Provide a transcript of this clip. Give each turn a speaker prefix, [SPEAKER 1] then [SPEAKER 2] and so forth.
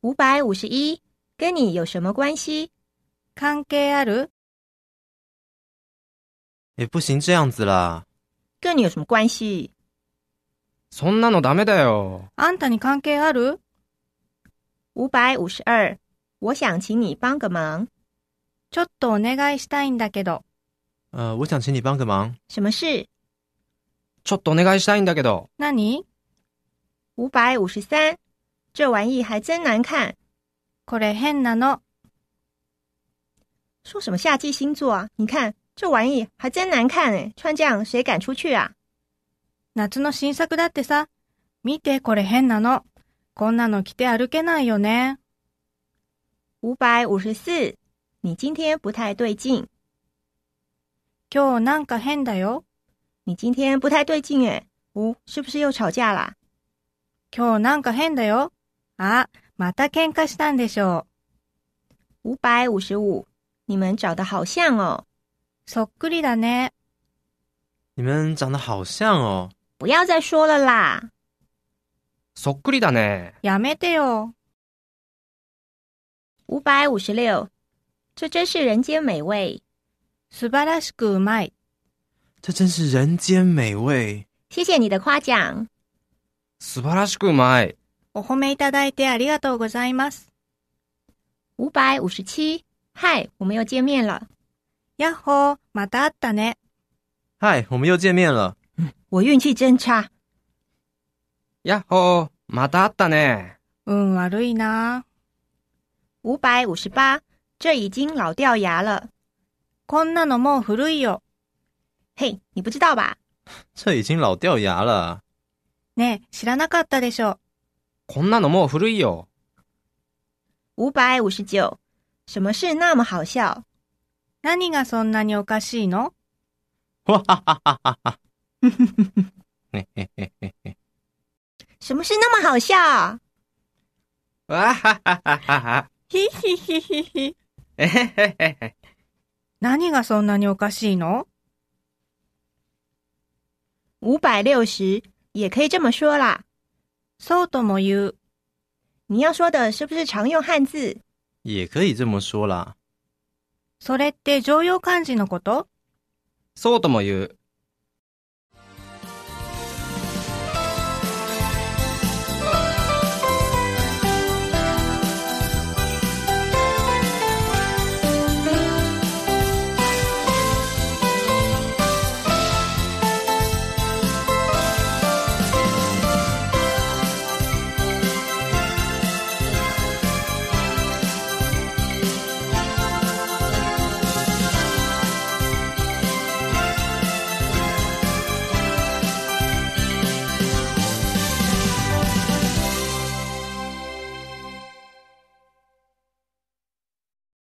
[SPEAKER 1] 五百五十一，跟你有什么关系？
[SPEAKER 2] 関係ある
[SPEAKER 3] 哎，不行这样子啦。
[SPEAKER 1] 跟你有什么关系？
[SPEAKER 4] そんなのダメだよ。
[SPEAKER 2] あんたに関係ある
[SPEAKER 1] 五百五十二，我想请你帮个忙，
[SPEAKER 2] ちょっとお願いしたいんだけど。
[SPEAKER 3] 呃，我想请你帮个忙。
[SPEAKER 1] 什么事？
[SPEAKER 4] ちょっとお願いしたいんだけど。
[SPEAKER 2] 何
[SPEAKER 1] 五百五十三，这玩意还真难看，
[SPEAKER 2] これ変なの。
[SPEAKER 1] 说什么夏季星座啊？你看这玩意还真难看哎，穿这样谁敢出去啊？
[SPEAKER 2] 夏の新作だってさ。見てこれ変なの。こんなの着て歩けないよね。
[SPEAKER 1] 五百五十四，你今天不太对劲，
[SPEAKER 2] 今日なんか変だよ。
[SPEAKER 1] 你今天不太对劲哎，哦，是不是又吵架啦？
[SPEAKER 2] 今日なんか変だよ。あ、また喧嘩したんでしょ
[SPEAKER 1] 五百五十五，你们长得好像哦，
[SPEAKER 2] う。そっくりだね。
[SPEAKER 3] 你们长得好像哦。
[SPEAKER 1] 不要再说了啦。
[SPEAKER 4] そっくりだね。
[SPEAKER 2] やめてよ。
[SPEAKER 1] 五百五十六，这真是人间美味。
[SPEAKER 2] 素晴らしくうまい。
[SPEAKER 3] 这真是人间美味。
[SPEAKER 1] 谢谢你的夸奖。
[SPEAKER 4] 素晴らしくうまい。
[SPEAKER 2] お褒めいただいてありがとうございます。
[SPEAKER 1] 五百五十七，嗨，我们又见面了。
[SPEAKER 2] やっほー、また会ったね。
[SPEAKER 3] 嗨，我们又见面了。
[SPEAKER 1] 我运气真差。
[SPEAKER 4] やっほー。また会ったね。
[SPEAKER 2] 運悪いな
[SPEAKER 1] 五百五十八，这已经老掉牙了。
[SPEAKER 2] こんなのもう古いよ。
[SPEAKER 1] 嘿，你不知道吧？
[SPEAKER 3] 这已经老掉牙了。
[SPEAKER 2] ねえ、知らなかったでしょ。
[SPEAKER 4] こんなのもう古い よ。
[SPEAKER 1] 五百五十九，什么事那么好笑？
[SPEAKER 2] 何がそんなにおかしいの
[SPEAKER 3] 哇哈哈哈哈哈！嘿嘿嘿嘿嘿。
[SPEAKER 1] 什么事那么好笑？
[SPEAKER 4] わははははは。
[SPEAKER 2] ひひひひひ。
[SPEAKER 4] えへへへへ。
[SPEAKER 2] 何がそんなにおかしいの
[SPEAKER 1] 五百六十，也可以这么说啦。
[SPEAKER 2] そうとも言う。
[SPEAKER 1] 你要说的是不是常用汉字？
[SPEAKER 3] 也可以这么说啦。
[SPEAKER 2] それって常用漢字のこと
[SPEAKER 4] そうとも言う。